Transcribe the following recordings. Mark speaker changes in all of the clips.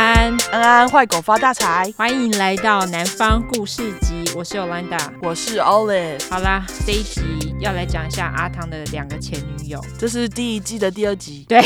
Speaker 1: 安，坏狗发大财。
Speaker 2: 欢迎来到南方故事集，我是 Olanda。
Speaker 1: 我是 Olive，
Speaker 2: 好啦，这一集要来讲一下阿汤的两个前女友，
Speaker 1: 这是第一季的第二集。
Speaker 2: 对，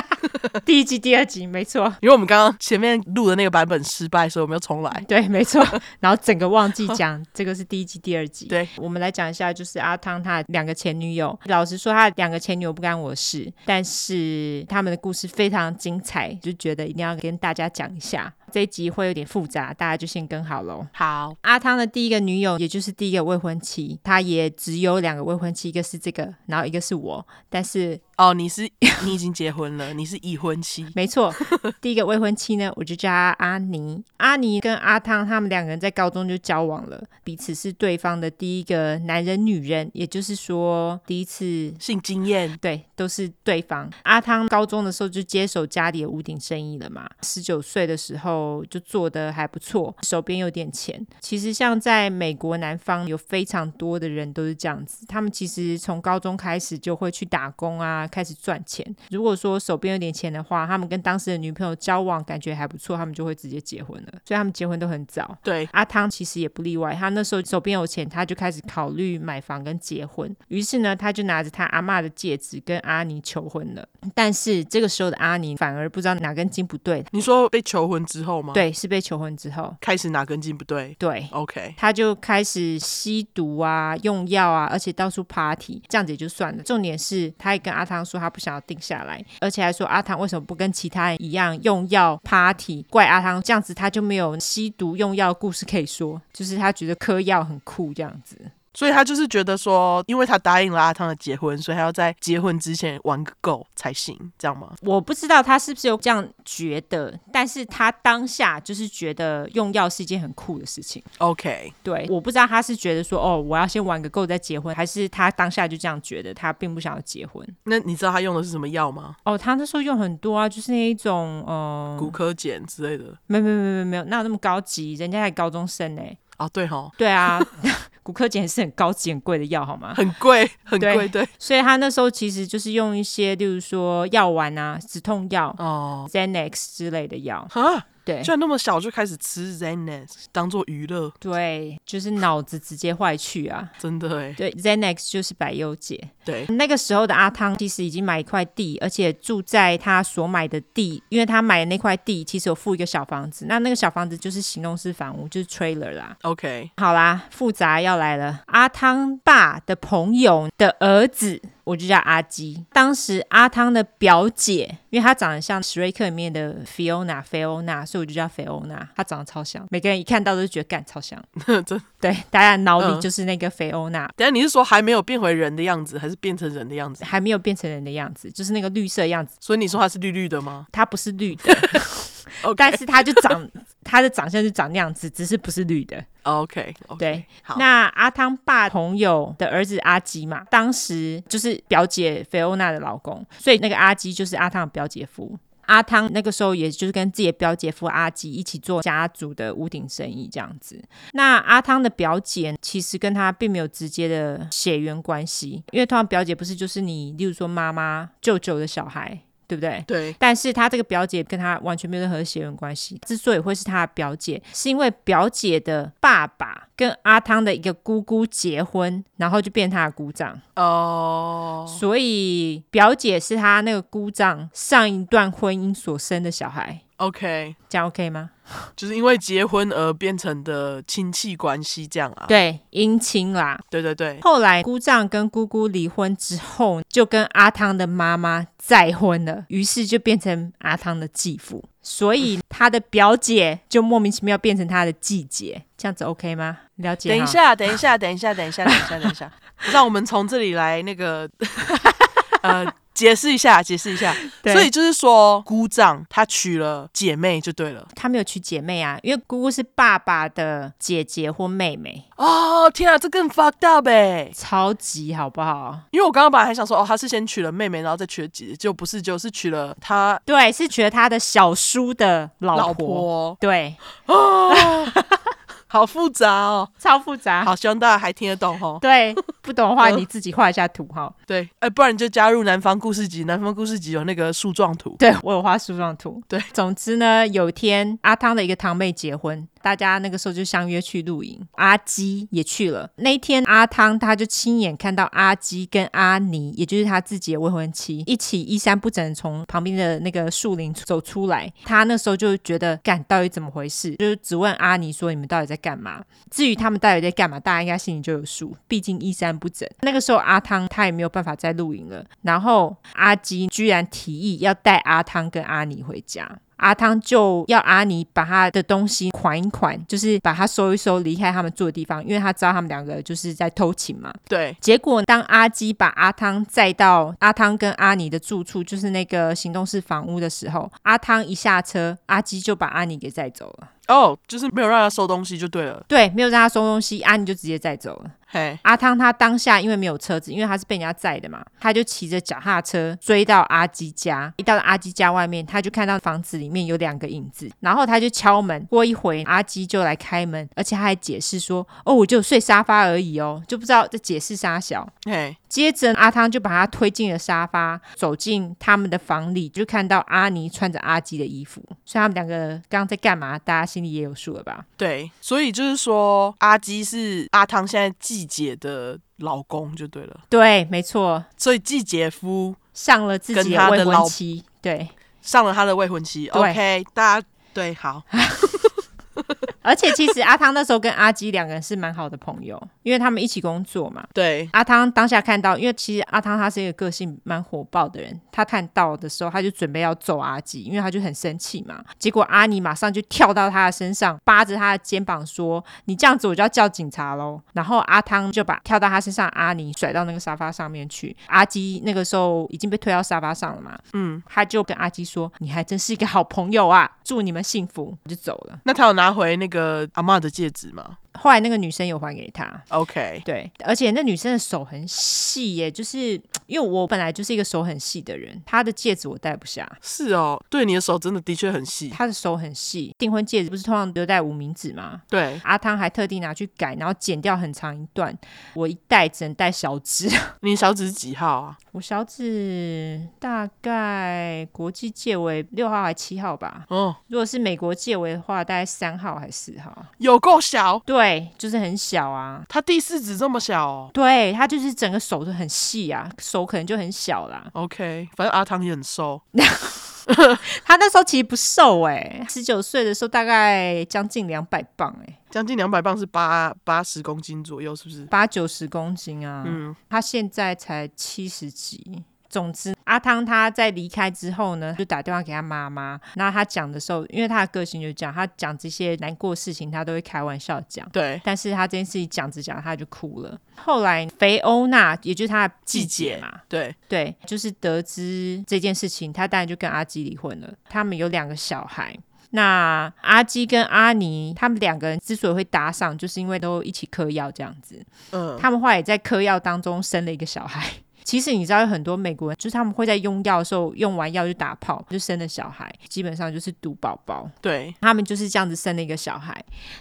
Speaker 2: 第一集、第二集，没错，
Speaker 1: 因为我们刚刚前面录的那个版本失败，所以我们又重来。
Speaker 2: 对，没错。然后整个忘记讲，这个是第一集、第二集。
Speaker 1: 对，
Speaker 2: 我们来讲一下，就是阿汤他两个前女友。老实说，他两个前女友不干我事，但是他们的故事非常精彩，就觉得一定要跟大家讲一下。这一集会有点复杂，大家就先跟好喽。
Speaker 1: 好，
Speaker 2: 阿汤的第一个女友，也就是第一个未婚妻，她也只有两个未婚妻，一个是这个，然后一个是我。但是
Speaker 1: 哦，你是 你已经结婚了，你是已婚妻。
Speaker 2: 没错，第一个未婚妻呢，我就叫她阿尼。阿尼跟阿汤他们两个人在高中就交往了，彼此是对方的第一个男人、女人，也就是说第一次
Speaker 1: 性经验，
Speaker 2: 对，都是对方。阿汤高中的时候就接手家里的屋顶生意了嘛，十九岁的时候就做的还不错，手边有点钱。其实像在美国南方，有非常多的人都是这样子，他们其实从高中开始就会去打工啊，开始赚钱。如果说手边有点钱的话，他们跟当时的女朋友交往感觉还不错，他们就会直接结婚了，所以他们结婚都很早。
Speaker 1: 对，
Speaker 2: 阿啊汤其实也不例外，他那时候手边有钱，他就开始考虑买房跟结婚。于是呢，他就拿着他阿嬷的戒指跟阿尼求婚了。但是这个时候的阿尼反而不知道哪根筋不对，
Speaker 1: 你说被求婚之后吗？，
Speaker 2: 对，是被求婚之后，
Speaker 1: 开始哪根筋不对
Speaker 2: 对。
Speaker 1: ？OK，
Speaker 2: 他就开始吸毒啊、用药啊，而且到处 party，这样子也就算了。重点是，他也跟阿汤说他不想要定下来，而且还说阿汤为什么不跟其他人一样用药 party，怪阿汤这样子他就没有吸毒用药的故事可以说，就是他觉得嗑药很酷这样子。
Speaker 1: 所以他就是觉得说，因为他答应了阿汤的结婚，所以他要在结婚之前玩个够才行，这样吗？
Speaker 2: 我不知道他是不是有这样觉得，但是他当下就是觉得用药是一件很酷的事情。
Speaker 1: ？OK，
Speaker 2: 对，我不知道他是觉得说哦，我要先玩个够再结婚，还是他当下就这样觉得，他并不想要结婚。
Speaker 1: 那你知道他用的是什么药吗？
Speaker 2: 哦，他那时候用很多啊，就是那一种，呃，
Speaker 1: 骨科碱之类的。
Speaker 2: 没有没有没有没有，哪有那么高级？人家还高中生呢、
Speaker 1: 哦，对哈，
Speaker 2: 对啊， 骨科碱是很高级、很贵的药，好吗？
Speaker 1: 很贵，很贵，对。
Speaker 2: 所以他那时候其实就是用一些，例如说药丸啊、止痛药、
Speaker 1: 哦，
Speaker 2: Xanax 之类的药。
Speaker 1: 哈，
Speaker 2: 对
Speaker 1: 居然那么小就开始吃 Xanax 当做娱乐，
Speaker 2: 对，就是脑子直接坏去啊。
Speaker 1: 真的哎，
Speaker 2: 对，Xanax 就是百忧解。
Speaker 1: 对，
Speaker 2: 那个时候的阿汤其实已经买一块地，而且住在他所买的地，因为他买的那块地其实有附一个小房子，那那个小房子就是形容式房屋，就是 trailer 啦。
Speaker 1: OK，
Speaker 2: 好啦，复杂要来了。阿汤爸的朋友的儿子，我就叫阿基。当时阿汤的表姐，因为她长得像史瑞克里面的 Fiona 菲欧娜，所以我就叫菲欧娜。她长得超像，每个人一看到都觉得干超像。
Speaker 1: 真。
Speaker 2: 对，大家脑里
Speaker 1: 嗯
Speaker 2: 就是那个菲欧娜。
Speaker 1: 等一下你是说还没有变回人的样子，还是变成人的样子？
Speaker 2: 还没有变成人的样子，就是那个绿色样子，
Speaker 1: 所以你说它是绿绿的吗？
Speaker 2: 它不是绿的，但
Speaker 1: OK
Speaker 2: 是它就长，它的长相就长那样子，只是不是绿的。
Speaker 1: OK，OK，
Speaker 2: 对，
Speaker 1: 好
Speaker 2: 那阿汤爸朋友的儿子阿基嘛，当时就是表姐菲欧娜的老公，所以那个阿基就是阿汤的表姐夫。阿汤那个时候也就是跟自己的表姐夫阿基一起做家族的屋顶生意这样子。那阿汤的表姐其实跟他并没有直接的血缘关系，因为通常表姐不是就是你，例如说妈妈、舅舅的小孩，对不对？
Speaker 1: 对，
Speaker 2: 但是她这个表姐跟她完全没有任何的血缘关系。之所以会是她的表姐，是因为表姐的爸爸跟阿汤的一个姑姑结婚，然后就变她的姑丈，
Speaker 1: 哦、
Speaker 2: 所以表姐是她那个姑丈上一段婚姻所生的小孩。
Speaker 1: o k
Speaker 2: 这样 OK 吗？
Speaker 1: 就是因为结婚而变成的亲戚关系这样啊？
Speaker 2: 对，姻亲啦。
Speaker 1: 对对对，
Speaker 2: 后来姑丈跟姑姑离婚之后，就跟阿汤的妈妈再婚了，于是就变成阿汤的继父，所以他的表姐就莫名其妙变成他的继姐，这样子 OK 吗？了解？
Speaker 1: 等一，下，等一下，等一下，等一下，等一下，等一 下，让我们从这里来那个 呃解释一下，解释一下。
Speaker 2: 对
Speaker 1: 所以就是说，姑丈他娶了姐妹就对了。
Speaker 2: 他没有娶姐妹啊，因为姑姑是爸爸的姐姐或妹妹，
Speaker 1: 哦，天啊，这更 fucked up 哎！
Speaker 2: 超级好不好？
Speaker 1: 因为我刚刚本来还想说，哦，他是先娶了妹妹，然后再娶了姐姐，就不是，就是娶了他
Speaker 2: 对，是娶了他的小叔的老
Speaker 1: 老
Speaker 2: 婆
Speaker 1: 婆。
Speaker 2: 对，
Speaker 1: 哦， 好复杂哦。
Speaker 2: 超复杂。
Speaker 1: 好，希望大家还听得懂哦。
Speaker 2: 对，不懂的话
Speaker 1: 嗯
Speaker 2: 你自己画一下图哈。
Speaker 1: 对，哎、不然你就加入南方故事集，南方故事集有那个树状图。
Speaker 2: 对我有画树状图。
Speaker 1: 对，
Speaker 2: 总之呢，有一天阿汤的一个堂妹结婚，大家那个时候就相约去露营，阿基也去了。那一天阿汤他就亲眼看到阿基跟阿尼，也就是他自己的未婚妻，一起衣衫不整地从旁边的那个树林走出来。他那时候就觉得，干到底怎么回事？就是只问阿尼说你们到底在干嘛？至于他们到底在干嘛，大家应该心里就有数，毕竟衣衫不整。那个时候阿汤他也没有办法再露营了，然后阿基居然提议要带阿汤跟阿尼回家。阿汤就要阿尼把他的东西款一款，就是把他收一收，离开他们住的地方，因为他知道他们两个就是在偷情嘛。
Speaker 1: 对，
Speaker 2: 结果，当阿基把阿汤载到阿汤跟阿尼的住处，就是那个行动式房屋的时候，阿汤一下车，阿基就把阿尼给载走了。
Speaker 1: 哦，就是没有让他收东西就对了。
Speaker 2: 对，没有让他收东西，阿尼就直接载走了。
Speaker 1: 嘿，
Speaker 2: 阿汤他当下因为没有车子，因为他是被人家载的嘛，他就骑着脚踏车追到阿基家。一到阿基家外面，他就看到房子里面有两个影子，然后他就敲门。过一会，阿基就来开门，而且他还解释说：“哦，我就睡沙发而已哦，就不知道在解释啥小。”
Speaker 1: 嘿，
Speaker 2: 接着阿汤就把他推进了沙发，走进他们的房里，就看到阿尼穿着阿基的衣服，所以他们两个刚刚在干嘛，大家心里也有数了吧？
Speaker 1: 对，所以就是说，阿基是阿汤现在季姐的老公就对了，
Speaker 2: 对，没错，
Speaker 1: 所以季姐夫
Speaker 2: 上了自己
Speaker 1: 跟他
Speaker 2: 未
Speaker 1: 的
Speaker 2: 婚
Speaker 1: 老
Speaker 2: 妻，对。
Speaker 1: 上了他的未婚妻。
Speaker 2: 对
Speaker 1: OK，大家对好，
Speaker 2: 而且其实阿汤那时候跟阿基两个人是蛮好的朋友，因为他们一起工作嘛。
Speaker 1: 对
Speaker 2: 阿汤当下看到，因为其实阿汤他是一个个性蛮火爆的人，他看到的时候他就准备要揍阿基，因为他就很生气嘛。结果阿尼马上就跳到他的身上，扒着他的肩膀说：“你这样子我就要叫警察喽。”然后阿汤就把跳到他身上的阿尼甩到那个沙发上面去。阿基那个时候已经被推到沙发上了嘛，嗯，他就跟阿基说：“你还真是一个好朋友啊，祝你们幸福。”就走了。
Speaker 1: 那他有拿回那个阿嬷的戒指吗
Speaker 2: 后来那个女生有还给他。
Speaker 1: ？OK，
Speaker 2: 对，而且那女生的手很细耶，就是因为我本来就是一个手很细的人，她的戒指我戴不下，
Speaker 1: 是哦，对你的手真的的确很细。
Speaker 2: 她的手很细。订婚戒指不是通常都戴无名指吗？
Speaker 1: 对，
Speaker 2: 阿汤还特地拿去改，然后剪掉很长一段，我一戴只能戴小指。
Speaker 1: 你小指几号啊？
Speaker 2: 我小指大概国际戒围六号还七号吧，
Speaker 1: 哦，
Speaker 2: 如果是美国戒围的话，大概三号还是四号。
Speaker 1: 有够小，
Speaker 2: 对，就是很小啊。
Speaker 1: 他第四指这么小哦。
Speaker 2: 对，它就是整个手都很细啊，手可能就很小啦。
Speaker 1: OK，反正阿汤也很瘦，
Speaker 2: 他那时候其实不瘦哎、十九岁的时候大概将近两百磅哎、
Speaker 1: 将近两百磅是八八十公斤左右，是不是？
Speaker 2: 八九十公斤啊，
Speaker 1: 嗯，
Speaker 2: 他现在才七十几。总之，阿汤他在离开之后呢，就打电话给他妈妈。那他讲的时候，因为他的个性就这样，他讲这些难过的事情，他都会开玩笑讲。
Speaker 1: 对，
Speaker 2: 但是他这件事情讲着讲着，他就哭了。后来，肥欧娜，也就是他的季姐嘛，
Speaker 1: 对，
Speaker 2: 对，就是得知这件事情，他当然就跟阿基离婚了。他们有两个小孩。那阿基跟阿尼他们两个人之所以会搭上，就是因为都一起嗑药这样子。
Speaker 1: 嗯，
Speaker 2: 他们后来也在嗑药当中生了一个小孩。 其实你知道，有很多美国人就是他们会在用药的时候用完药就打炮，就生了小孩，基本上就是毒宝宝。
Speaker 1: 对，
Speaker 2: 他们就是这样子生了一个小孩。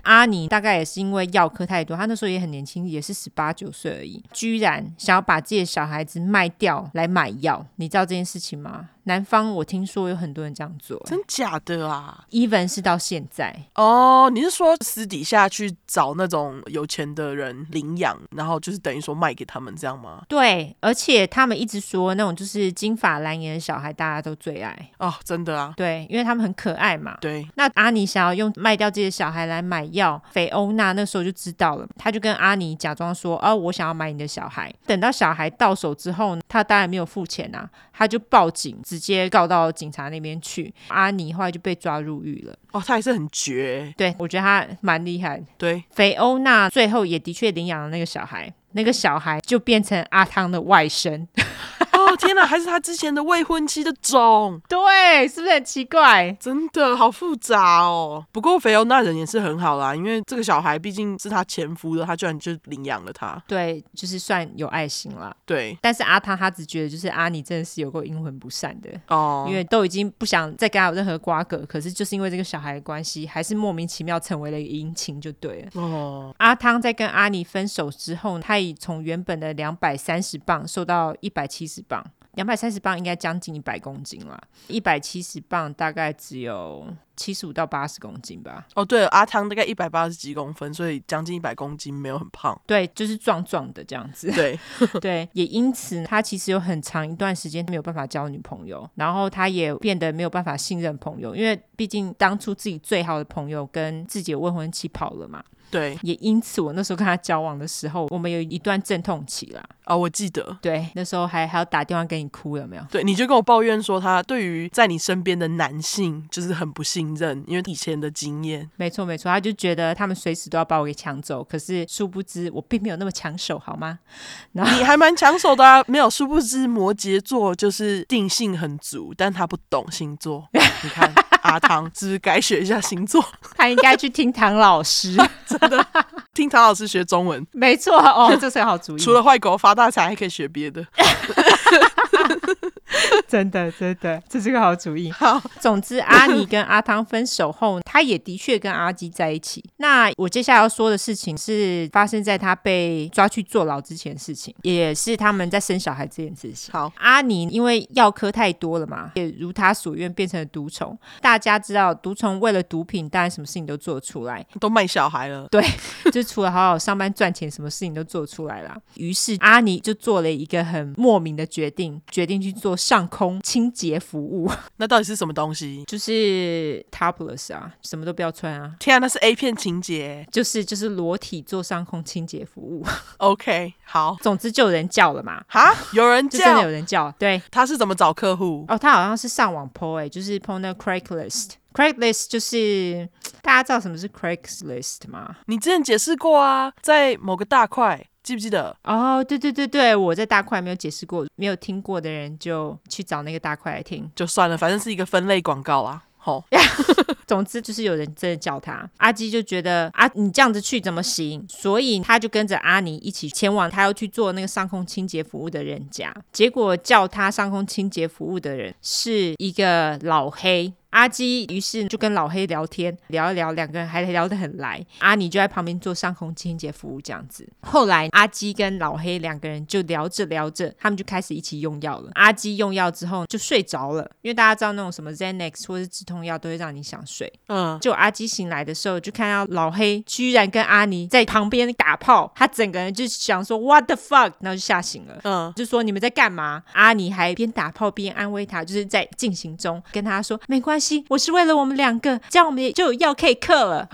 Speaker 2: 阿尼大概也是因为药嗑太多，他那时候也很年轻，也是十八九岁而已，居然想要把自己的小孩子卖掉来买药，你知道这件事情吗？南方我听说有很多人这样做
Speaker 1: 真假的啊？
Speaker 2: ，even 是到现在，
Speaker 1: 哦，你是说私底下去找那种有钱的人领养，然后就是等于说卖给他们这样吗？
Speaker 2: 对，而且他们一直说那种就是金发蓝眼的小孩大家都最爱，
Speaker 1: 哦，真的啊，
Speaker 2: 对，因为他们很可爱嘛。
Speaker 1: 对，
Speaker 2: 那阿尼想要用卖掉自己的小孩来买药，菲欧娜那时候就知道了，他就跟阿尼假装说：“哦，我想要买你的小孩。”等到小孩到手之后呢，他当然没有付钱啊，他就报警，直接告到警察那边去。阿尼后来就被抓入狱了。
Speaker 1: 哦，他也是很绝欸，
Speaker 2: 对我觉得他蛮厉害的。
Speaker 1: 对，
Speaker 2: 菲欧娜最后也的确领养了那个小孩，那个小孩就变成阿汤的外甥。
Speaker 1: 哦，天哪，还是他之前的未婚妻的种，
Speaker 2: 对，是不是很奇怪？
Speaker 1: 真的好复杂哦。不过菲欧娜人也是很好啦，因为这个小孩毕竟是她前夫的，她居然就领养了他。
Speaker 2: 对，就是算有爱心啦。
Speaker 1: 对，
Speaker 2: 但是阿汤他只觉得就是阿尼真的是有够阴魂不散的，
Speaker 1: 哦、
Speaker 2: 因为都已经不想再跟他有任何瓜葛，可是就是因为这个小孩的关系，还是莫名其妙成为了一个姻亲就对了。
Speaker 1: 哦，
Speaker 2: 阿汤在跟阿尼分手之后，他已从原本的两百三十磅瘦到一百七十磅，两百三十磅应该将近一百公斤啦，一百七十磅大概只有七十五到八十公斤吧。
Speaker 1: 哦，对了，阿汤大概一百八十几公分，所以将近一百公斤，没有很胖。
Speaker 2: 对，就是壮壮的这样子。
Speaker 1: 对，
Speaker 2: 对，也因此他其实有很长一段时间没有办法交女朋友，然后他也变得没有办法信任朋友，因为毕竟当初自己最好的朋友跟自己的未婚妻跑了嘛。
Speaker 1: 对，
Speaker 2: 也因此，我那时候跟他交往的时候，我们有一段阵痛期啦。
Speaker 1: 哦，我记得。
Speaker 2: 对，那时候还还要打电话跟你哭，有没有？
Speaker 1: 对，你就跟我抱怨说，他对于在你身边的男性就是很不信任，因为以前的经验。
Speaker 2: 没错没错，他就觉得他们随时都要把我给抢走，可是殊不知我并没有那么抢手，好吗？
Speaker 1: 你还蛮抢手的、啊，没有，殊不知摩羯座就是定性很足，但他不懂星座。你看阿汤是不是该学一下星座？
Speaker 2: 他应该去听唐老师。
Speaker 1: 听唐老师学中文，
Speaker 2: 没错哦，这是个好主意。
Speaker 1: 除了坏狗发大财，还可以学别的。
Speaker 2: 真的真的，这是个好主意。
Speaker 1: 好，
Speaker 2: 总之，阿尼跟阿汤分手后，他也的确跟阿基在一起。那我接下来要说的事情是发生在他被抓去坐牢之前的事情，也是他们在生小孩这件事情。
Speaker 1: 好，
Speaker 2: 阿尼因为药科太多了嘛，也如他所愿变成了毒虫。大家知道，毒虫为了毒品，当然什么事情都做得出来，
Speaker 1: 都卖小孩了。
Speaker 2: 就除了好好上班赚钱，什么事情都做出来了。于是阿尼就做了一个很莫名的决定，决定去做上空清洁服务，
Speaker 1: 那到底是什么东西？
Speaker 2: 就是 topless 啊，什么都不要穿啊。
Speaker 1: 天啊，那是 A 片情节。
Speaker 2: 就是就是裸体做上空清洁服务，
Speaker 1: OK，好。
Speaker 2: 总之就有人叫了嘛，
Speaker 1: 哈，有人
Speaker 2: 就真的
Speaker 1: 叫
Speaker 2: 有人叫，对，
Speaker 1: 他是怎么找客户？
Speaker 2: 哦，他好像是上网 po 哎、就是 po 那 Craigslist。Craigslist 就是大家知道什么是 Craigslist 吗？
Speaker 1: 你之前解释过啊，在某个大块，记不记得？
Speaker 2: 哦，对对对对，我在大块没有解释过，没有听过的人就去找那个大块来听。
Speaker 1: 就算了，反正是一个分类广告啊啦。吼、
Speaker 2: 总之就是有人真的叫他，阿基就觉得啊，你这样子去怎么行？所以他就跟着阿尼一起前往他要去做那个上空清洁服务的人家。结果叫他上空清洁服务的人是一个老黑。阿基于是就跟老黑聊天，聊一聊，两个人还聊得很来。阿尼就在旁边做上空清洁服务这样子。后来阿基跟老黑两个人就聊着聊着，他们就开始一起用药了。阿基用药之后就睡着了，因为大家知道那种什么 Xanax 或是止痛药都会让你想睡。
Speaker 1: 嗯，
Speaker 2: 就阿基醒来的时候，就看到老黑居然跟阿尼在旁边打炮，他整个人就想说 What the fuck，然后就吓醒了。
Speaker 1: 嗯，
Speaker 2: 就说你们在干嘛？阿尼还边打炮边安慰他，就是在进行中跟他说没关系，我是为了我们两个，这样我们也就有药可以嗑了。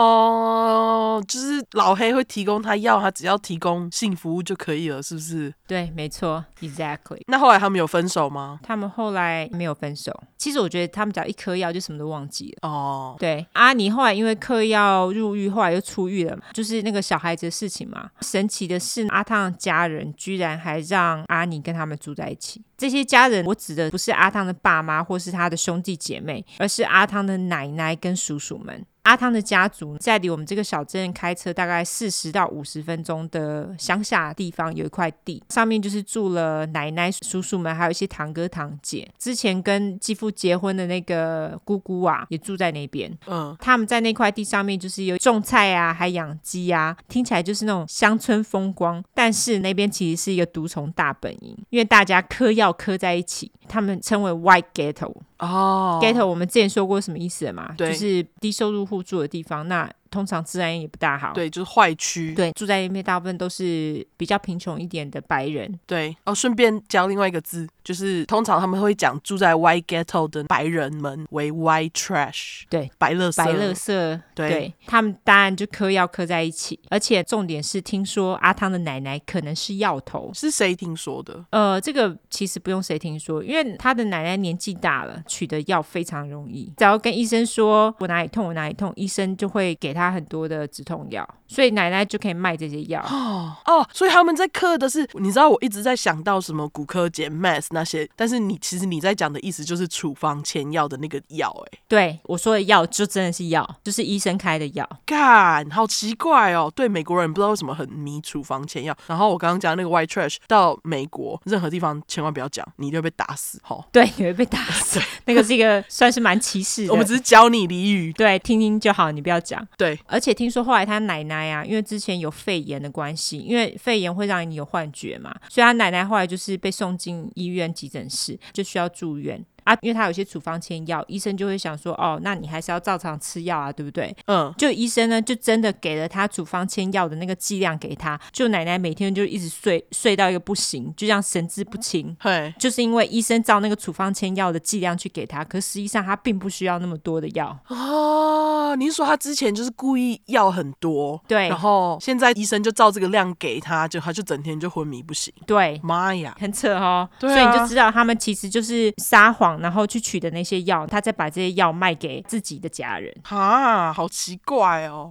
Speaker 1: 哦，就是老黑会提供他要，他只要提供性服务就可以了，是不是？
Speaker 2: 对，没错，exactly。
Speaker 1: 那后来他们有分手吗？
Speaker 2: 他们后来没有分手。其实我觉得他们只要一嗑药就什么都忘记了。
Speaker 1: 哦，
Speaker 2: 对，阿尼后来因为嗑药入狱，后来又出狱了嘛，就是那个小孩子的事情嘛。神奇的是，阿汤的家人居然还让阿尼跟他们住在一起。这些家人，我指的不是阿汤的爸妈或是他的兄弟姐妹，而是阿汤的奶奶跟叔叔们。阿汤的家族在离我们这个小镇开车大概四十到五十分钟的乡下地方有一块地，上面就是住了奶奶、叔叔们，还有一些堂哥堂姐。之前跟继父结婚的那个姑姑啊，也住在那边。
Speaker 1: 嗯，
Speaker 2: 他们在那块地上面就是有种菜啊，还养鸡啊，听起来就是那种乡村风光。但是那边其实是一个毒虫大本营，因为大家嗑药嗑在一起，他们称为 white ghetto。
Speaker 1: 哦
Speaker 2: ghetto 我们之前说过什么意思了嘛？
Speaker 1: 对
Speaker 2: 就是低收入户住的地方，那通常治安也不大好。
Speaker 1: 对，就是坏区，
Speaker 2: 对，住在那边大部分都是比较贫穷一点的白人，
Speaker 1: 对哦，顺便教另外一个字，就是通常他们会讲住在 Y ghetto 的白人们为 Y trash，
Speaker 2: 对，
Speaker 1: 白乐色，
Speaker 2: 白乐色，
Speaker 1: 对
Speaker 2: 他们当然就嗑药嗑在一起，而且重点是听说阿汤的奶奶可能是药头，
Speaker 1: 是谁听说的？
Speaker 2: 呃，这个其实不用谁听说，因为他的奶奶年纪大了，取得药非常容易，只要跟医生说我哪里痛，我哪里痛，医生就会给他他很多的止痛药，所以奶奶就可以卖这些药。
Speaker 1: 哦，所以他们在刻的是，你知道我一直在想到什么骨科碱、mass 那些，但是你其实你在讲的意思就是处方前药的那个药、哎，
Speaker 2: 对我说的药就真的是药，就是医生开的药。
Speaker 1: 干，好奇怪哦。对美国人不知道为什么很迷处方前药，然后我刚刚讲那个 white trash 到美国任何地方千万不要讲，你一定会被打死。好、
Speaker 2: 对，你会被打 死。那个是一个算是蛮歧视的。
Speaker 1: 我们只是教你俚语，
Speaker 2: 对听听就好，你不要讲。
Speaker 1: 对，
Speaker 2: 而且听说后来他奶奶啊，因为之前有肺炎的关系，因为肺炎会让你有幻觉嘛，所以他奶奶后来就是被送进医院急诊室，就需要住院。啊，因为他有些处方签药，医生就会想说，哦，那你还是要照常吃药啊，对不对？
Speaker 1: 嗯，
Speaker 2: 就医生呢，就真的给了他处方签药的那个剂量给他，就奶奶每天就一直睡睡到一个不行，就这样神志不清。
Speaker 1: 嘿，
Speaker 2: 就是因为医生照那个处方签药的剂量去给他，可实际上他并不需要那么多的药。
Speaker 1: 哦，哎你是说他之前就是故意药很多，
Speaker 2: 对
Speaker 1: 然后现在医生就照这个量给他，就他就整天就昏迷不醒。
Speaker 2: 对，
Speaker 1: 妈呀，
Speaker 2: 很扯哦。
Speaker 1: 对啊，
Speaker 2: 所以你就知道他们其实就是撒谎，然后去取的那些药，他再把这些药卖给自己的家人
Speaker 1: 哈，好奇怪哦，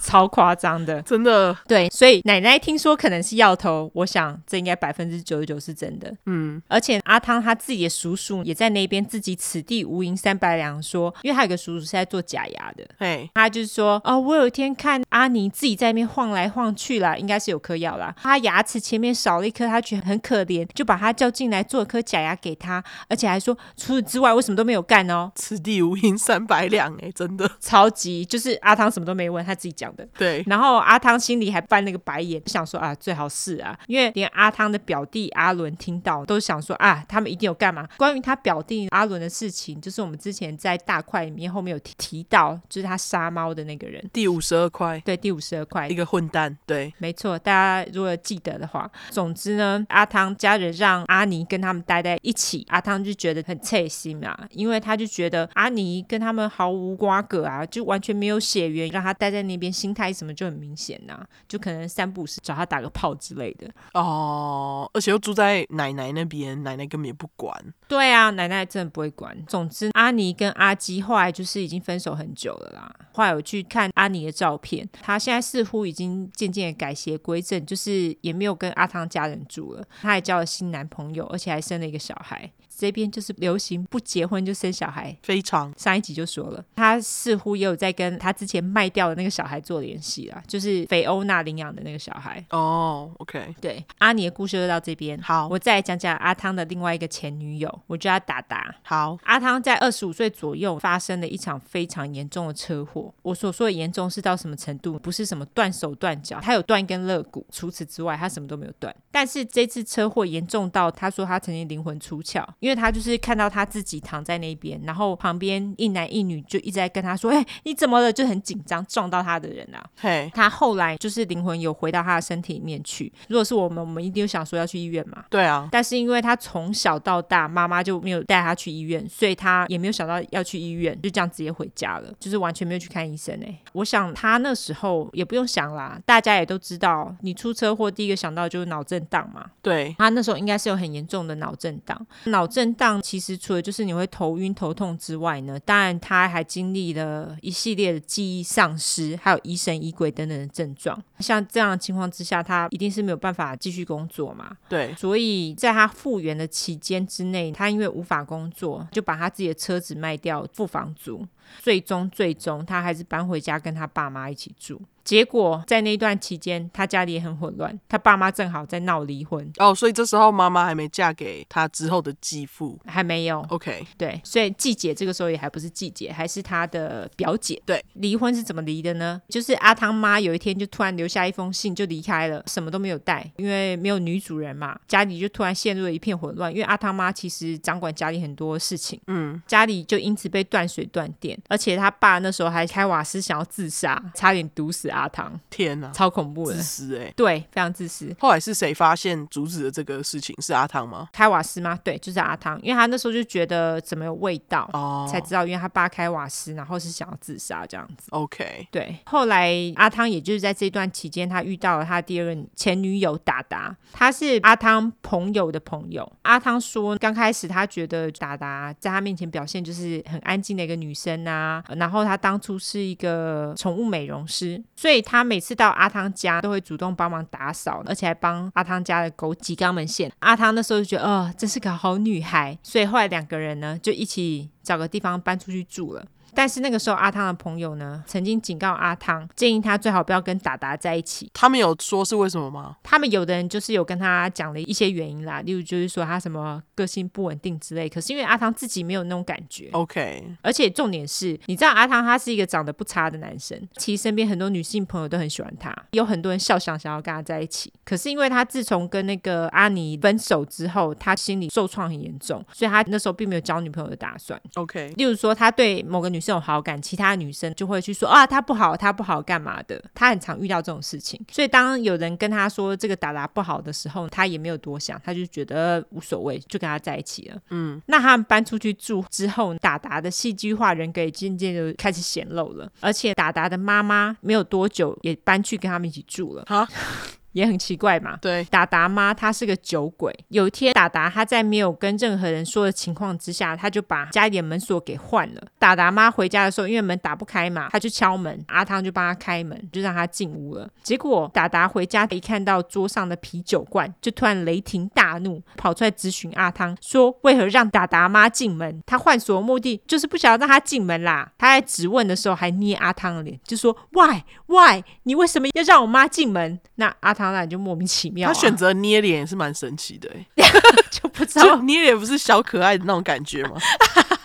Speaker 2: 超夸张的。
Speaker 1: 真的，
Speaker 2: 对，所以奶奶听说可能是药头，我想这应该百分之九十九是真的。
Speaker 1: 嗯，
Speaker 2: 而且阿汤他自己的叔叔也在那边自己此地无银三百两说，因为他有个叔叔是在做假牙的，
Speaker 1: 嘿，
Speaker 2: 他就是说，哦，我有一天看阿尼自己在那边晃来晃去啦，应该是有颗药啦。他牙齿前面少了一颗，他觉得很可怜，就把他叫进来做一颗假牙给他，而且还说除此之外我什么都没有干哦，
Speaker 1: 此地无银三百两，哎，真的，
Speaker 2: 超级就是阿汤什么都没问，他自己讲的。
Speaker 1: 对，
Speaker 2: 然后阿汤心里还翻了个白眼，想说啊，最好是啊，因为连阿汤的表弟阿伦听到都想说啊，他们一定有干嘛。关于他表弟阿伦的事情，就是我们之前在大块里面后面有提提到，就是他杀猫的那个人，
Speaker 1: 第五十二块，
Speaker 2: 对，第五十二块
Speaker 1: 一。个混蛋，对，
Speaker 2: 没错，大家如果记得的话，总之呢，阿汤家人让阿尼跟他们待在一起，阿汤就觉得很刺心啊，因为他就觉得阿尼跟他们毫无瓜葛啊，就完全没有血缘，让他待在那边，心态什么就很明显呐、就可能三不五时找他打个炮之类的。
Speaker 1: 哦，而且又住在奶奶那边，奶奶根本也不管，
Speaker 2: 对啊，奶奶真的不会管。总之，阿尼跟阿基后来就是已经分手很久了啦。后来我去看阿尼的照片，他现在似乎已经渐渐地改邪归正，就是也没有跟阿汤家人住了。他还交了新男朋友，而且还生了一个小孩。这边就是流行不结婚就生小孩。
Speaker 1: 非常，
Speaker 2: 上一集就说了，他似乎也有在跟他之前卖掉的那个小孩做联系啦，就是菲欧娜领养的那个小孩。
Speaker 1: 哦，OK，
Speaker 2: 对，阿尼的故事就到这边。
Speaker 1: 好
Speaker 2: 我再来讲讲阿汤的另外一个前女友，我叫她达达。
Speaker 1: 好，
Speaker 2: 阿汤在二十五岁左右发生了一场非常严重的车祸。我所说的严重是到什么程度？不是什么断手断脚，他有断一根肋骨，除此之外他什么都没有断。但是这次车祸严重到他说他曾经灵魂出窍，因为他就是看到他自己躺在那边，然后旁边一男一女就一直在跟他说：“哎、你怎么了？”就很紧张，撞到他的人啊。
Speaker 1: 嘿，
Speaker 2: 他后来就是灵魂有回到他的身体里面去。如果是我们，我们一定有想说要去医院嘛。
Speaker 1: 对啊，
Speaker 2: 但是因为他从小到大，妈妈就没有带他去医院，所以他也没有想到要去医院，就这样直接回家了，就是完全没有去看医生哎、我想他那时候也不用想啦，大家也都知道，你出车祸第一个想到就是脑震荡嘛。
Speaker 1: 对，
Speaker 2: 他那时候应该是有很严重的脑震荡。脑震荡其实除了就是你会头晕头痛之外呢，当然他还经历了一系列的记忆丧失，还有疑神疑鬼等等的症状。像这样的情况之下，他一定是没有办法继续工作嘛。
Speaker 1: 对，
Speaker 2: 所以在他复原的期间之内，他因为无法工作，就把他自己的车子卖掉付房租。最终，最终他还是搬回家跟他爸妈一起住。结果在那段期间，他家里也很混乱，他爸妈正好在闹离婚，
Speaker 1: 哦，所以这时候妈妈还没嫁给他之后的继父
Speaker 2: 还没有。
Speaker 1: ，OK，
Speaker 2: 对，所以季姐这个时候也还不是季姐，还是她的表姐。
Speaker 1: 对，
Speaker 2: 离婚是怎么离的呢？就是阿汤妈有一天就突然留下一封信就离开了，什么都没有带，因为没有女主人嘛，家里就突然陷入了一片混乱。因为阿汤妈其实掌管家里很多事情，
Speaker 1: 嗯，
Speaker 2: 家里就因此被断水断电，而且他爸那时候还开瓦斯想要自杀，差点毒死阿汤，
Speaker 1: 天哪、
Speaker 2: 超恐怖的
Speaker 1: 自。私哎、
Speaker 2: 对，非常自私。
Speaker 1: 后来是谁发现阻止了这个事情？是阿汤吗？
Speaker 2: 开瓦斯吗？对，就是阿汤，因为他那时候就觉得怎么有味道，
Speaker 1: 哦
Speaker 2: 才知道，因为他爸开瓦斯，然后是想要自杀这样子。
Speaker 1: ，OK，
Speaker 2: 对，后来阿汤也就是在这段期间，他遇到了他第二任前女友达达，她是阿汤朋友的朋友。阿汤说，刚开始他觉得达达在他面前表现就是很安静的一个女生啊，然后他当初是一个宠物美容师，所以他每次到阿汤家都会主动帮忙打扫，而且还帮阿汤家的狗挤肛门腺。阿汤那时候就觉得，哦，真是个好女孩，所以后来两个人呢就一起找个地方搬出去住了。但是那个时候，阿汤的朋友呢，曾经警告阿汤，建议他最好不要跟达达在一起。
Speaker 1: 他们有说是为什么吗？
Speaker 2: 他们有的人就是有跟他讲了一些原因啦，例如就是说他什么个性不稳定之类。可是因为阿汤自己没有那种感觉，
Speaker 1: 哦 OK，
Speaker 2: 而且重点是，你知道阿汤他是一个长得不差的男生，其实身边很多女性朋友都很喜欢他，有很多人笑想想要跟他在一起。可是因为他自从跟那个阿尼分手之后，他心理受创很严重，所以他那时候并没有交女朋友的打算。
Speaker 1: OK，
Speaker 2: 例如说，他对某个女生有好感，其他女生就会去说啊，他不好，他不好，干嘛的？他很常遇到这种事情，所以当有人跟他说这个达达不好的时候，他也没有多想，他就觉得无所谓，就跟他在一起了。嗯，那他们搬出去住之后，达达的戏剧化人格也渐渐就开始显露了，而且达达的妈妈没有多久也搬去跟他们一起住了，
Speaker 1: 哈，
Speaker 2: 也很奇怪嘛。
Speaker 1: 对，
Speaker 2: 达达妈她是个酒鬼。有一天，达达她在没有跟任何人说的情况之下，她就把家里的门锁给换了。达达妈回家的时候，因为门打不开嘛，她就敲门，阿汤就帮她开门，就让她进屋了。结果达达回家一看到桌上的啤酒罐，就突然雷霆大怒，跑出来咨询阿汤，说为何让达达妈进门？她换锁的目的就是不想要让她进门啦。她在质问的时候还捏阿汤的脸，就说 Why Why？你为什么要让我妈进门？那阿汤那就莫名其妙、啊，
Speaker 1: 他选择捏脸也是蛮神奇的、欸，
Speaker 2: 就不知
Speaker 1: 就
Speaker 2: 道。
Speaker 1: 捏脸不是小可爱的那种感觉吗？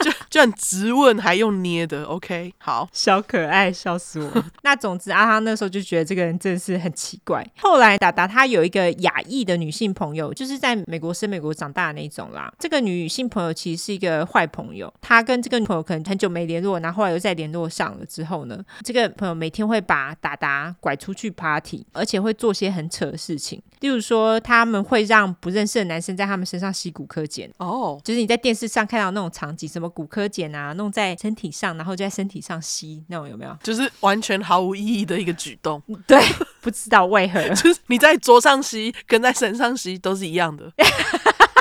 Speaker 1: 就就很直问，还用捏的，OK，好，
Speaker 2: 小可爱，笑死我！那总之，阿汤那时候就觉得这个人真的是很奇怪。后来，达达她有一个亚裔的女性朋友，就是在美国生美国长大的那种啦。这个女性朋友其实是一个坏朋友，她跟这个女朋友可能很久没联络，然后后来又再联络上了之后呢，这个朋友每天会把达达拐出去 party，而且会做些很扯的事情，例如说他们会让不认识的男生在他们身上吸骨科碱，
Speaker 1: 哦，
Speaker 2: 就是你在电视上看到那种场景，什么骨科碱啊，弄在身体上，然后就在身体上吸，那种有没有？
Speaker 1: 就是完全毫无意义的一个举 动，
Speaker 2: 嗯对， 不知道为何。
Speaker 1: 就是你在桌上吸跟在身上吸都是一样 的，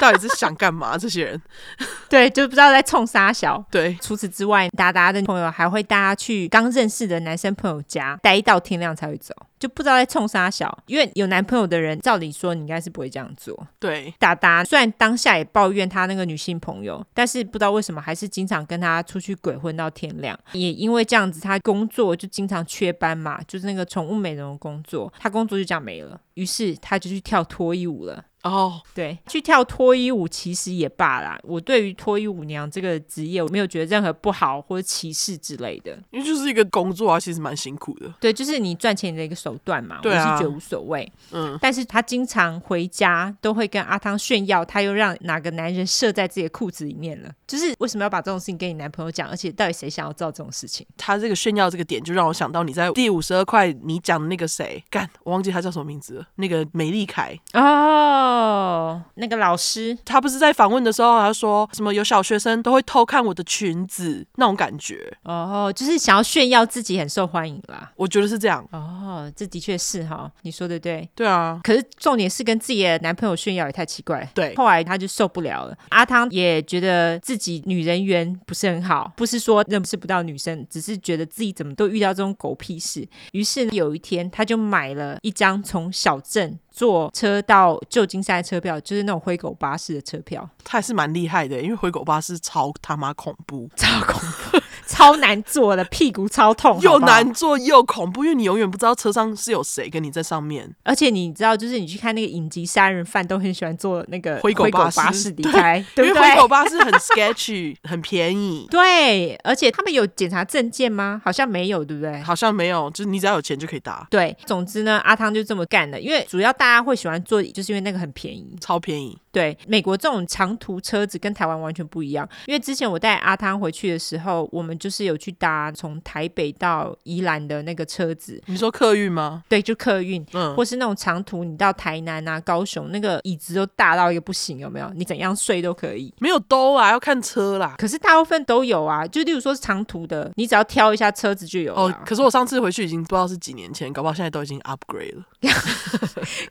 Speaker 1: 到底是想干嘛？这些人，
Speaker 2: 对，就不知道在冲沙小。
Speaker 1: 对，
Speaker 2: 除此之外，达达的朋友还会带他去刚认识的男生朋友家待到天亮才会走，就不知道在冲沙小。因为有男朋友的人，照理说你应该是不会这样做。
Speaker 1: 对，
Speaker 2: 达达虽然当下也抱怨他那个女性朋友，但是不知道为什么还是经常跟他出去鬼混到天亮。也因为这样子，他工作就经常缺班嘛，就是那个宠物美容的工作，他工作就这样没了。于是他就去跳脱衣舞了。
Speaker 1: 哦，
Speaker 2: 对，去跳脱衣舞其实也罢啦。我对于脱衣舞娘这个职业，我没有觉得任何不好或者歧视之类的。
Speaker 1: 因为就是一个工作啊，其实蛮辛苦的，
Speaker 2: 对，就是你赚钱的一个手段嘛，
Speaker 1: 对啊
Speaker 2: 我是觉得无所谓。
Speaker 1: 嗯，
Speaker 2: 但是她经常回家都会跟阿汤炫耀，她又让哪个男人射在自己的裤子里面了。就是为什么要把这种事情跟你男朋友讲？而且到底谁想要知道这种事情？
Speaker 1: 他这个炫耀这个点，就让我想到你在第五十二块你讲的那个谁，干，我忘记他叫什么名字了，那个美丽凯，
Speaker 2: 哦，那个老师，
Speaker 1: 他不是在访问的时候，他说什么有小学生都会偷看我的裙子那种感觉，
Speaker 2: 哦，就是想要炫耀自己很受欢迎啦。
Speaker 1: 我觉得是这样，
Speaker 2: 哦，这的确是哈，你说的对。
Speaker 1: 对啊，
Speaker 2: 可是重点是跟自己的男朋友炫耀也太奇怪了。
Speaker 1: 对
Speaker 2: 后来她就受不了了。阿汤也觉得自己女人缘不是很好，不是说认识不到女生，只是觉得自己怎么都遇到这种狗屁事。于是呢有一天，他就买了一张从小镇坐车到旧金山的车票，就是那种灰狗巴士的车票，
Speaker 1: 他还是蛮厉害的，因为回狗巴是超他妈恐怖，
Speaker 2: 超恐怖， 超难坐的，屁股超痛，好
Speaker 1: 又
Speaker 2: 不好
Speaker 1: 难做又恐怖，因为你永远不知道车上是有谁跟你在上面，
Speaker 2: 而且你知道，就是你去看那个影集杀人犯，都很喜欢坐那个
Speaker 1: 灰狗
Speaker 2: 巴
Speaker 1: 巴士
Speaker 2: 离开，对
Speaker 1: 因
Speaker 2: 不
Speaker 1: 为
Speaker 2: 对？
Speaker 1: 回狗巴是很 sketchy，很 便宜。
Speaker 2: 对，而且他们有检查证件吗？好像没有，对不对？
Speaker 1: 好像没有，就是你只要有钱就可以搭，
Speaker 2: 对，总之呢，阿汤就这么干了，因为主要大家会喜欢坐，就是因为那个很便宜。
Speaker 1: 超便宜。
Speaker 2: 对，美国这种长途车子跟台湾完全不一样，因为之前我带阿汤回去的时候，我们就是有去搭从台北到宜兰的那个车子，
Speaker 1: 你说客运吗？
Speaker 2: 对，就客运，
Speaker 1: 嗯，
Speaker 2: 或是那种长途，你到台南啊、高雄，那个椅子都大到一个不行，有没有？你怎样睡都可以。
Speaker 1: 没有兜啊啦，要看车啦。
Speaker 2: 可是大部分都有啊，就例如说长途的，你只要挑一下车子就有了
Speaker 1: 哦
Speaker 2: 啊、，
Speaker 1: 可是我上次回去已经不知道是几年前，搞不好现在都已经 upgrade 了。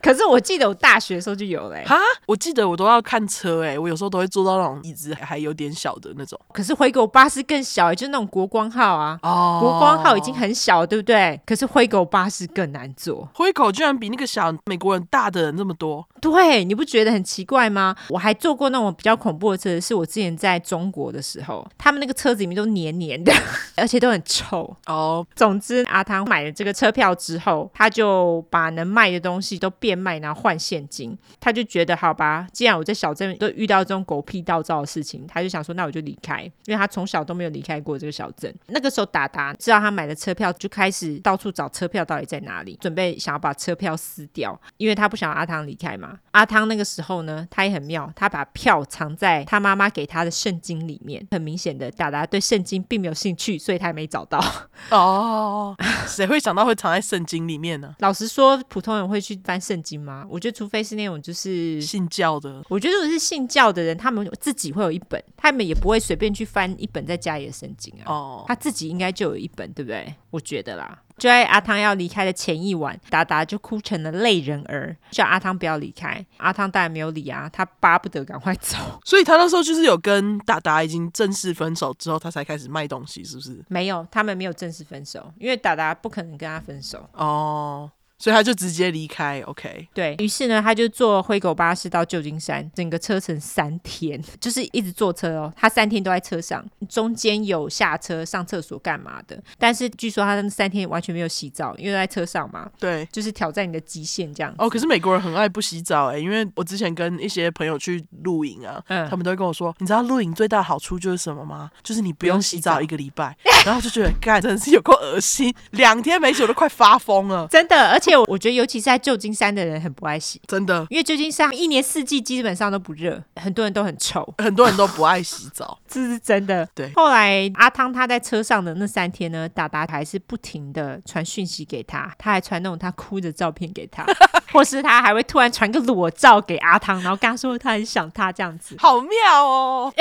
Speaker 2: 可是我记得我大学的时候就有嘞、欸
Speaker 1: 哈，我记得我都要看车哎、我有时候都会坐到那种椅子还有点小的那种。
Speaker 2: 可是回狗巴士更小，就是那种国光号啊。
Speaker 1: 哦
Speaker 2: 国光号已经很小，对不对？可是灰狗巴士更难坐，
Speaker 1: 灰狗居然比那个小美国人大的人那么多，
Speaker 2: 对，你不觉得很奇怪吗？我还坐过那种比较恐怖的车，是我之前在中国的时候，他们那个车子里面都黏黏的， 而且都很臭。
Speaker 1: 哦，
Speaker 2: 总之，阿汤买了这个车票之后，他就把能卖的东西都变卖，然后换现金。他就觉得，好吧，既然我在小镇都遇到这种狗屁倒灶的事情，他就想说，那我就离开，因为他从小都没有离开过这个小镇。那个时候，达达知道他买了车票，就开始到处找车票到底在哪里，准备想要把车票撕掉，因为他不想阿汤离开嘛。阿汤那个时候呢，他也很妙，他把票藏在他妈妈给他的圣经里面。很明显的，达达对圣经并没有兴趣，所以他也没找到。
Speaker 1: 哦，谁会想到会藏在圣经里面呢？
Speaker 2: 老实说，普通人会去翻圣经吗？我觉得，除非是那种 就是。
Speaker 1: 信教的
Speaker 2: 我觉得如果是信教的人，他们自己会有一本，他们也不会随便去翻一本在家里的圣经啊。
Speaker 1: 哦，
Speaker 2: 他自己应该就有一本，对不对？我觉得啦。就在阿汤要离开的前一晚，达达就哭成了泪人儿，叫阿汤不要离开。阿汤当然没有理啊，他巴不得赶快走。
Speaker 1: 所以他那时候就是有跟达达已经正式分手之后，他才开始卖东西，是不是？
Speaker 2: 没有，他们没有正式分手，因为达达不可能跟他分手。
Speaker 1: 哦，所以他就直接离开，OK，
Speaker 2: 对于是呢，他就坐灰狗巴士到旧金山，整个车程三天，就是一直坐车哦。他三天都在车上，中间有下车上厕所干嘛的，但是据说他那三天完全没有洗澡，因为在车上嘛，
Speaker 1: 对。
Speaker 2: 就是挑战你的极限这样子。
Speaker 1: 哦，可是美国人很爱不洗澡哎、因为我之前跟一些朋友去露营啊，
Speaker 2: 嗯
Speaker 1: 他们都会跟我说，你知道露营最大的好处就是什么吗？就是你不用洗澡一个礼拜， 然后我就觉得干真的是有够恶心，两天没洗我都快发疯了，
Speaker 2: 真的，而且我我觉得，尤其是在旧金山的人很不爱洗，
Speaker 1: 真的
Speaker 2: 因为旧金山一年四季基本上都不热，很多人都很臭，
Speaker 1: 很多人都不爱洗澡
Speaker 2: 这是真的。
Speaker 1: 对
Speaker 2: 后来阿汤他在车上的那三天呢，达达还是不停的传讯息给他，他还传那种他哭的照片给他， 或是他还会突然传个裸照给阿汤，然后跟他说他很想他这样子。
Speaker 1: 好妙 哦，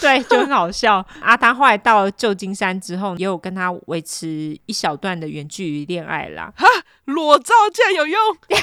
Speaker 2: 对，就很好笑。阿汤后来到了旧金山之后，也有跟他维持一小段的远距离恋爱 啦。
Speaker 1: 裸照竟然有用。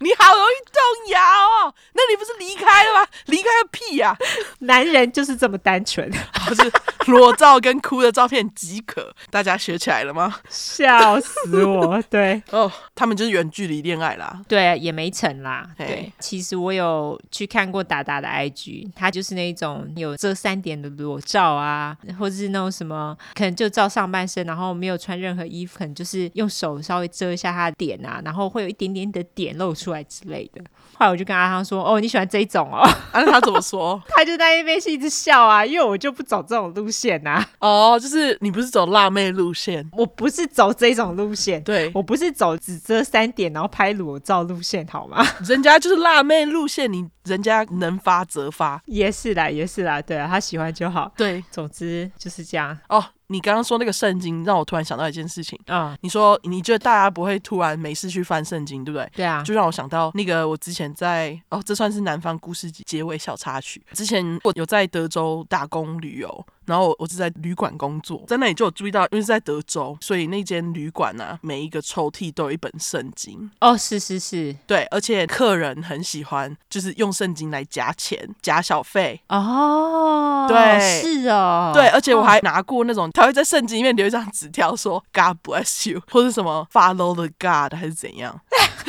Speaker 1: 你好容易动摇哦，那你不是离开了吗？离开个屁 呀、
Speaker 2: 男人就是这么单纯，
Speaker 1: 不是裸照跟哭的照片即可，大家学起来了吗？
Speaker 2: 笑死我。对。
Speaker 1: 哦，他们就是远距离恋爱啦。
Speaker 2: 对，也没成啦。
Speaker 1: 嘿
Speaker 2: 对，其实我有去看过达达的 IG，他就是那一种有遮三点的裸照啊，或者是那种什么，可能就照上半身，然后没有穿任何衣服，可能就是用手稍微遮一下他的点啊，然后会有一点点的点露出来之类的。后来我就跟阿汤说：“哦，你喜欢这一种哦？”？
Speaker 1: 啊，那他怎么说
Speaker 2: 他就在那边一直笑啊，因为我就不走这种路线啊，
Speaker 1: 哦，就是你不是走辣妹路线，
Speaker 2: 我不是走这种路线。
Speaker 1: 对，
Speaker 2: 我不是走只遮三点然后拍裸照路线好吗？
Speaker 1: 人家就是辣妹路线，你人家能发则发。
Speaker 2: 也是啦，也是啦，对啊，他喜欢就好。
Speaker 1: 对，
Speaker 2: 总之就是这样
Speaker 1: 哦，你刚刚说那个圣经，让我突然想到一件事情。
Speaker 2: 啊、
Speaker 1: 你说你觉得大家不会突然没事去翻圣经，对不对？
Speaker 2: 对啊，
Speaker 1: 就让我想到那个我之前在哦，这算是南方故事集结尾小插曲。之前我有在德州打工旅游，然后我是在旅馆工作，在那里就有注意到，因为是在德州，所以那间旅馆啊，每一个抽屉都有一本圣经。
Speaker 2: 哦，是是是，
Speaker 1: 对，而且客人很喜欢，就是用圣经来夹钱、夹小费。
Speaker 2: 哦，
Speaker 1: 对
Speaker 2: 是哦，
Speaker 1: 对，，而且我还拿过那种，他会在圣经里面留一张纸条说 “God bless you” 或是什么 “Follow the God” 还是怎样，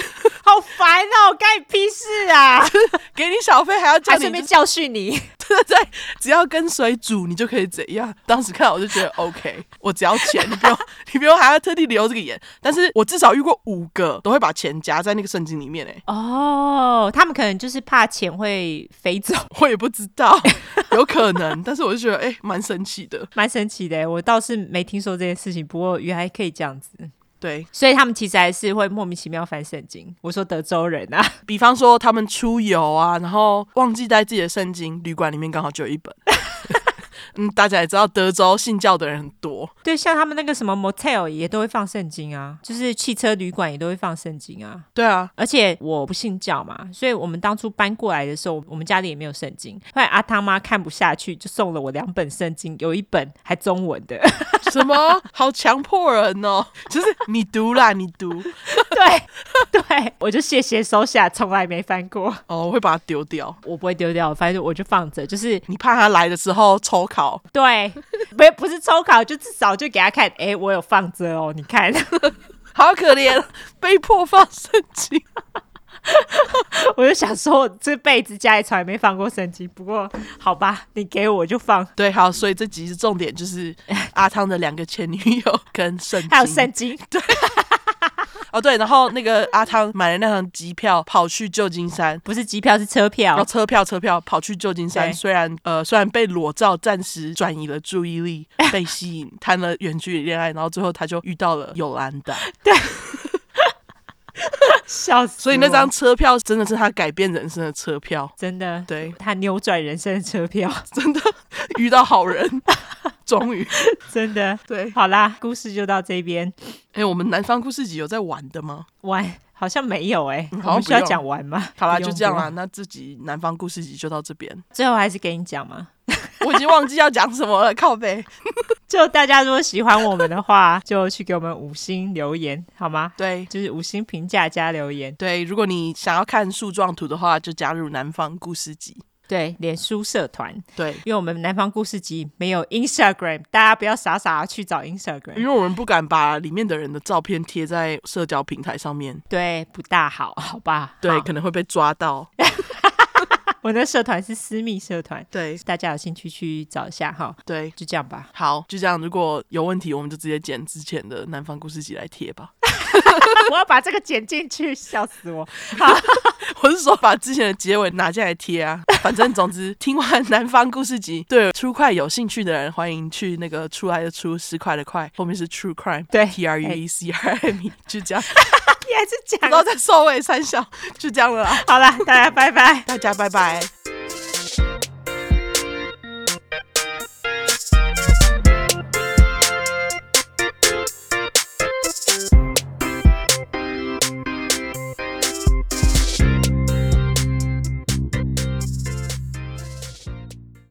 Speaker 2: 好烦哦，干你屁事 啊！
Speaker 1: 给你小费还要叫
Speaker 2: 还
Speaker 1: 你
Speaker 2: 顺便教训你，
Speaker 1: 对对，只要跟随主，你就可以怎样。当时看到我就觉得 OK，我只要钱，你不用， 你不用还要特地留这个眼。但是我至少遇过五个都会把钱夹在那个圣经里面、欸，
Speaker 2: 哦，他们可能就是怕钱会飞走，
Speaker 1: 我也不知道， 有可能，但是我就觉得哎，欸蛮、神奇的。
Speaker 2: 蛮神奇的。欸我倒是没听说这件事情，不过原来可以这样子，
Speaker 1: 对
Speaker 2: 所以他们其实还是会莫名其妙翻圣经。我说德州人啊，
Speaker 1: 比方说，他们出游啊，然后忘记带自己的圣经，旅馆里面刚好就有一本。 嗯，大家也知道德州信教的人很多，
Speaker 2: 对，像他们那个什么 motel 也都会放圣经啊，就是汽车旅馆也都会放圣经啊。
Speaker 1: 对啊，
Speaker 2: 而且我不信教嘛，所以我们当初搬过来的时候，我们家里也没有圣经。后来阿汤妈看不下去，就送了我两本圣经，有一本还中文的。
Speaker 1: 什么好强迫人哦，就是你读啦，你读
Speaker 2: 对 对，我就谢谢收下，从来没翻过。
Speaker 1: 哦，我会把它丢掉。
Speaker 2: 我不会丢掉，反正我就放着，就是
Speaker 1: 你怕他来的时候抽考，
Speaker 2: 对，不是不是抽考，就至少就给他看，哎、我有放着哦，你看，
Speaker 1: 好可 怜，被迫放圣经。
Speaker 2: 我就想说，我这辈子家里从来没放过圣经，不过好吧，你给我就放，
Speaker 1: 对，好，所以这集是重点， 就是阿汤的两个前女友跟圣经，
Speaker 2: 还有圣经，
Speaker 1: 哦对，然后那个阿汤买了那张机票跑去旧金山。
Speaker 2: 不是机票是车
Speaker 1: 然后
Speaker 2: 票，
Speaker 1: 车票车票跑去旧金山，
Speaker 2: 对
Speaker 1: 虽然呃虽然被裸照暂时转移了注意 力，被吸引谈了远距离恋爱，然后最后他就遇到了尤兰达，
Speaker 2: 笑死我！
Speaker 1: 所以那张车票真的是他改变人生的车票，
Speaker 2: 真的，
Speaker 1: 对，
Speaker 2: 他扭转人生的车票，
Speaker 1: 遇到好人，终于
Speaker 2: 真的。
Speaker 1: 对。
Speaker 2: 好啦，故事就到这边，
Speaker 1: 哎、我们南方故事集有在玩的吗？
Speaker 2: 完好像没有哎、
Speaker 1: 嗯
Speaker 2: 我
Speaker 1: 好像
Speaker 2: 们
Speaker 1: 不
Speaker 2: 需要
Speaker 1: 用
Speaker 2: 讲完吗？
Speaker 1: 好啦，
Speaker 2: 不
Speaker 1: 就
Speaker 2: 用
Speaker 1: 这样，
Speaker 2: 不
Speaker 1: 啦。
Speaker 2: 用
Speaker 1: 那这集南方故事集就到这边，
Speaker 2: 最后还是给你讲嘛。
Speaker 1: 我已经忘记要讲什么了，靠背。
Speaker 2: 就大家如果喜欢我们的话，就去给我们五星留言好吗？
Speaker 1: 对
Speaker 2: 就是五星评价加留言。
Speaker 1: 对，如果你想要看树状图的话，就加入南方故事集。
Speaker 2: 对，脸书社团，
Speaker 1: 对，
Speaker 2: 因为我们南方故事集没有 Instagram，大家不要傻傻地去找 Instagram，
Speaker 1: 因为我们不敢把里面的人的照片贴在社交平台上面，
Speaker 2: 对，不大好，好吧？
Speaker 1: 对，
Speaker 2: 好
Speaker 1: 可能会被 抓到。
Speaker 2: 我的社团是私密社团，
Speaker 1: 对
Speaker 2: 大家有兴趣去找一下哈。
Speaker 1: 对，
Speaker 2: 就这样吧，
Speaker 1: 好，就这样。如果有问题，我们就直接剪之前的南方故事集来贴吧。
Speaker 2: 我要把这个剪进去，笑死我！
Speaker 1: 我是说把之前的结尾拿进来贴啊。反正总之，听完南方故事集，对初快有兴趣的人，欢迎去那个出来的出十块的块，后面是 true crime，
Speaker 2: 对
Speaker 1: ，T R U E C R M E，就这样。
Speaker 2: 你还是
Speaker 1: 不知道
Speaker 2: 讲啊
Speaker 1: 在收尾三小，就这样了啦，
Speaker 2: 好了，大家拜拜。
Speaker 1: 大家拜拜。